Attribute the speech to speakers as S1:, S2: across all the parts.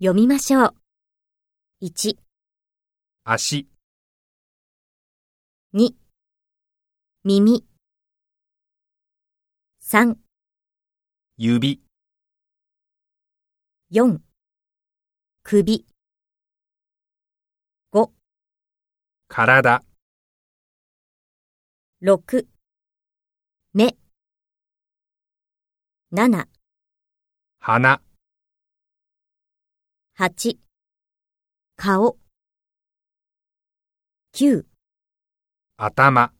S1: 読みましょう。1、
S2: 足、
S1: 2、耳。3、
S2: 指、
S1: 4、首。5、
S2: 体、
S1: 6目7、
S2: 鼻、
S1: 8顔9、
S2: 頭、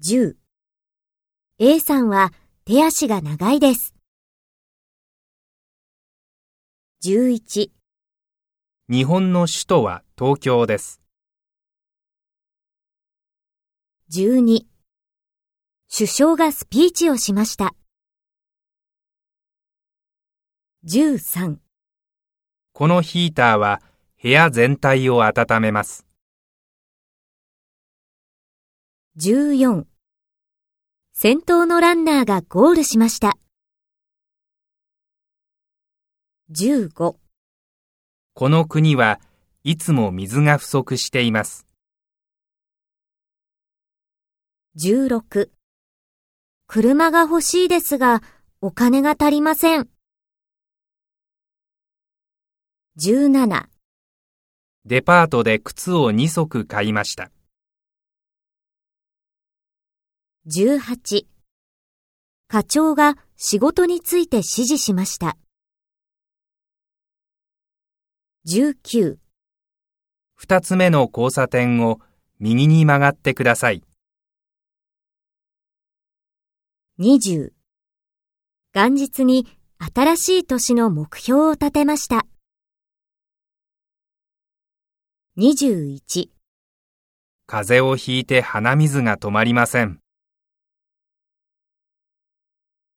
S1: 10 A さんは手足が長いです。11、
S2: 日本の首都は東京です。
S1: 12首相がスピーチをしました。13
S2: このヒーターは部屋全体を温めます。
S1: 14先頭のランナーがゴールしました。15
S2: この国はいつも水が不足しています。
S1: 16車が欲しいですが、お金が足りません。17
S2: デパートで靴を2足買いました。
S1: 18課長が仕事について指示しました。19
S2: 二つ目の交差点を右に曲がってください。
S1: 20元日に新しい年の目標を立てました。21
S2: 風邪をひいて鼻水が止まりません。